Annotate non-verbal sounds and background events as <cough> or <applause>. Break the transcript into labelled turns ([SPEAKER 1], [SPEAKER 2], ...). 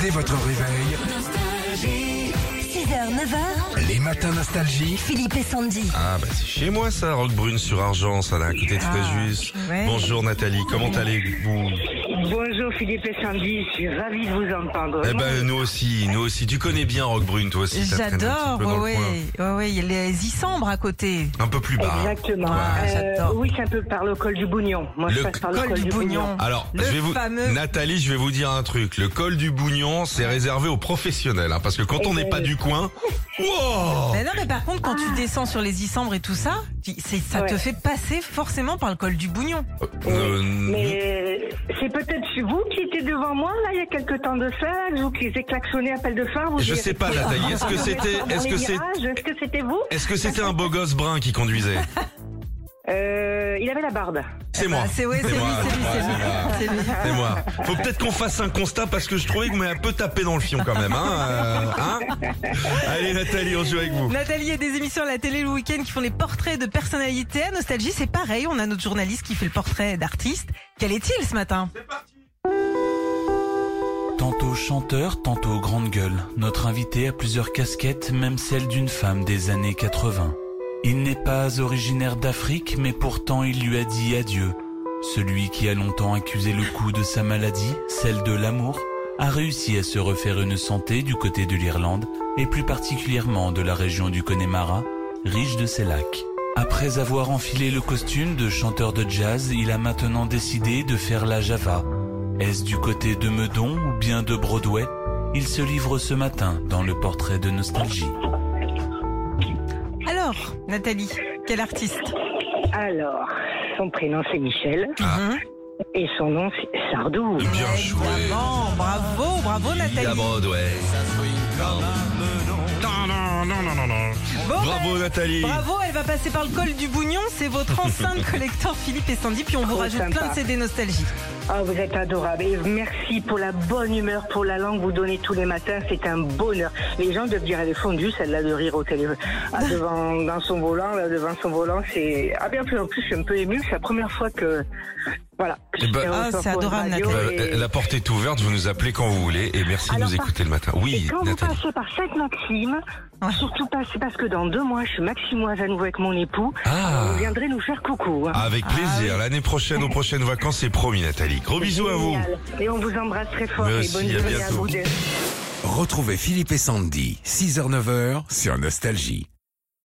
[SPEAKER 1] dès votre réveil,
[SPEAKER 2] 6h, 9h,
[SPEAKER 1] les matins nostalgie.
[SPEAKER 2] Philippe et Sandy.
[SPEAKER 3] Ah bah c'est chez moi ça, Roquebrune sur Argent, ça là, à côté de Fréjus.
[SPEAKER 4] Ah, ouais.
[SPEAKER 3] Bonjour Nathalie, comment allez-vous Eh
[SPEAKER 5] Bonjour Philippe et Sandy, je suis ravie de vous entendre.
[SPEAKER 3] Eh ben nous aussi, nous aussi. Tu connais bien Roquebrune toi aussi. ça traîne un petit
[SPEAKER 4] J'adore,
[SPEAKER 3] peu dans le
[SPEAKER 4] ouais,
[SPEAKER 3] coin.
[SPEAKER 4] ouais, ouais, ouais, il y a les isambres à côté.
[SPEAKER 3] Un peu plus bas. hein.
[SPEAKER 5] Exactement.
[SPEAKER 3] Ouais.
[SPEAKER 5] Euh,
[SPEAKER 4] Ah, j'adore.
[SPEAKER 5] oui, c'est un peu par le col du bougnon. Moi,
[SPEAKER 3] Le
[SPEAKER 5] je passe par le
[SPEAKER 4] Col du bougnon.
[SPEAKER 3] Alors,
[SPEAKER 4] Le
[SPEAKER 3] je vais vous,
[SPEAKER 4] fameux-
[SPEAKER 3] Nathalie, je vais vous dire un truc. Le col du Bougnon, c'est réservé aux professionnels, hein, parce que quand on n'est pas
[SPEAKER 5] Eh
[SPEAKER 3] du
[SPEAKER 5] <laughs>
[SPEAKER 3] coin, wow
[SPEAKER 4] Mais non, mais par contre, quand
[SPEAKER 2] Ah.
[SPEAKER 4] tu descends sur les isambres et tout ça, tu- c'est- ça te
[SPEAKER 5] Ouais.
[SPEAKER 4] fait passer forcément par le col du Bougnon.
[SPEAKER 3] Euh,
[SPEAKER 5] Eh, Mais euh, c'est peut-être vous qui étiez devant moi, là, il y a quelques temps de ça, vous qui avez klaxonné à appel de phare. Vous
[SPEAKER 3] Je
[SPEAKER 5] avez
[SPEAKER 3] sais pas,
[SPEAKER 5] resté-
[SPEAKER 3] Nathalie,
[SPEAKER 5] <laughs>
[SPEAKER 3] est-ce que c'était-
[SPEAKER 5] Dans
[SPEAKER 3] est-ce
[SPEAKER 5] les
[SPEAKER 3] que c'est-
[SPEAKER 5] virages, Est-ce que c'était vous
[SPEAKER 3] Est-ce que c'était un beau gosse brun qui conduisait
[SPEAKER 5] euh, Il avait la barbe.
[SPEAKER 3] C'est
[SPEAKER 5] ben,
[SPEAKER 3] moi.
[SPEAKER 4] Bah, c'est ouais, c'est lui,
[SPEAKER 3] moi,
[SPEAKER 4] c'est lui,
[SPEAKER 3] ouais,
[SPEAKER 4] c'est lui. C'est lui.
[SPEAKER 3] C'est moi. Faut peut-être qu'on fasse un constat parce que je trouvais qu'on m'a un peu tapé dans le fion quand même. Hein, euh, hein Allez Nathalie, on joue avec vous.
[SPEAKER 4] Nathalie, il y a des émissions à la télé le week-end qui font les portraits de personnalités. À Nostalgie, c'est pareil. On a notre journaliste qui fait le portrait d'artiste. Quel est-il ce matin
[SPEAKER 6] Tantôt chanteur, tantôt grande gueule, notre invité a plusieurs casquettes, même celle d'une femme des années 80. Il n'est pas originaire d'Afrique, mais pourtant il lui a dit adieu. Celui qui a longtemps accusé le coup de sa maladie, celle de l'amour, a réussi à se refaire une santé du côté de l'Irlande, et plus particulièrement de la région du Connemara, riche de ses lacs. Après avoir enfilé le costume de chanteur de jazz, il a maintenant décidé de faire la Java. Est-ce du côté de Meudon ou bien de Broadway Il se livre ce matin dans le portrait de nostalgie.
[SPEAKER 4] Alors, Nathalie, quel artiste
[SPEAKER 5] Alors, son prénom, c'est Michel.
[SPEAKER 3] Ah.
[SPEAKER 4] Mhm.
[SPEAKER 5] Et son nom, c'est Sardou.
[SPEAKER 3] Bien joué.
[SPEAKER 4] Évidemment, bravo, bravo Nathalie.
[SPEAKER 3] Broadway. Non, non, non, non, non, non.
[SPEAKER 4] Bon,
[SPEAKER 5] ben,
[SPEAKER 3] Bravo Nathalie.
[SPEAKER 4] Bravo, elle va passer par le col du Bougnon. C'est votre
[SPEAKER 5] <laughs>
[SPEAKER 4] enceinte collector Philippe et Sandy. Puis on vous
[SPEAKER 5] Trop
[SPEAKER 4] rajoute
[SPEAKER 5] sympa.
[SPEAKER 4] plein de CD nostalgie.
[SPEAKER 5] Ah, vous êtes adorable et merci pour la bonne humeur, pour la langue que vous donnez tous les matins, c'est un bonheur. Les gens doivent dire elle est fondue, celle-là de rire au téléphone, Ah, devant dans son volant, là devant son volant, c'est ah bien en plus je suis un peu émue, c'est la première fois que voilà. que
[SPEAKER 3] Eh
[SPEAKER 5] je
[SPEAKER 3] ben-
[SPEAKER 5] fais un
[SPEAKER 4] Ah, c'est
[SPEAKER 5] reportage
[SPEAKER 4] adorable,
[SPEAKER 5] radio
[SPEAKER 3] Euh,
[SPEAKER 5] et-
[SPEAKER 3] la porte est ouverte, vous nous appelez quand vous voulez et merci
[SPEAKER 5] Alors,
[SPEAKER 3] de nous écouter le matin.
[SPEAKER 5] Et
[SPEAKER 3] Oui,
[SPEAKER 5] quand vous
[SPEAKER 3] Nathalie.
[SPEAKER 5] passez par Sainte-Maxime,
[SPEAKER 4] Ouais.
[SPEAKER 5] surtout passez parce que dans deux mois, je suis maximoise à nouveau avec mon époux.
[SPEAKER 3] Ah.
[SPEAKER 5] Vous viendrez nous faire coucou. hein.
[SPEAKER 3] Avec plaisir. L'année prochaine, aux prochaines vacances, c'est promis Nathalie. Gros bisous à vous.
[SPEAKER 5] Génial. Et on vous embrasse très fort
[SPEAKER 3] Mais
[SPEAKER 5] et
[SPEAKER 3] aussi,
[SPEAKER 5] bonne
[SPEAKER 3] à
[SPEAKER 5] journée à
[SPEAKER 3] bientôt.
[SPEAKER 5] vous deux.
[SPEAKER 1] Retrouvez Philippe et Sandy, 6h-9h sur Nostalgie.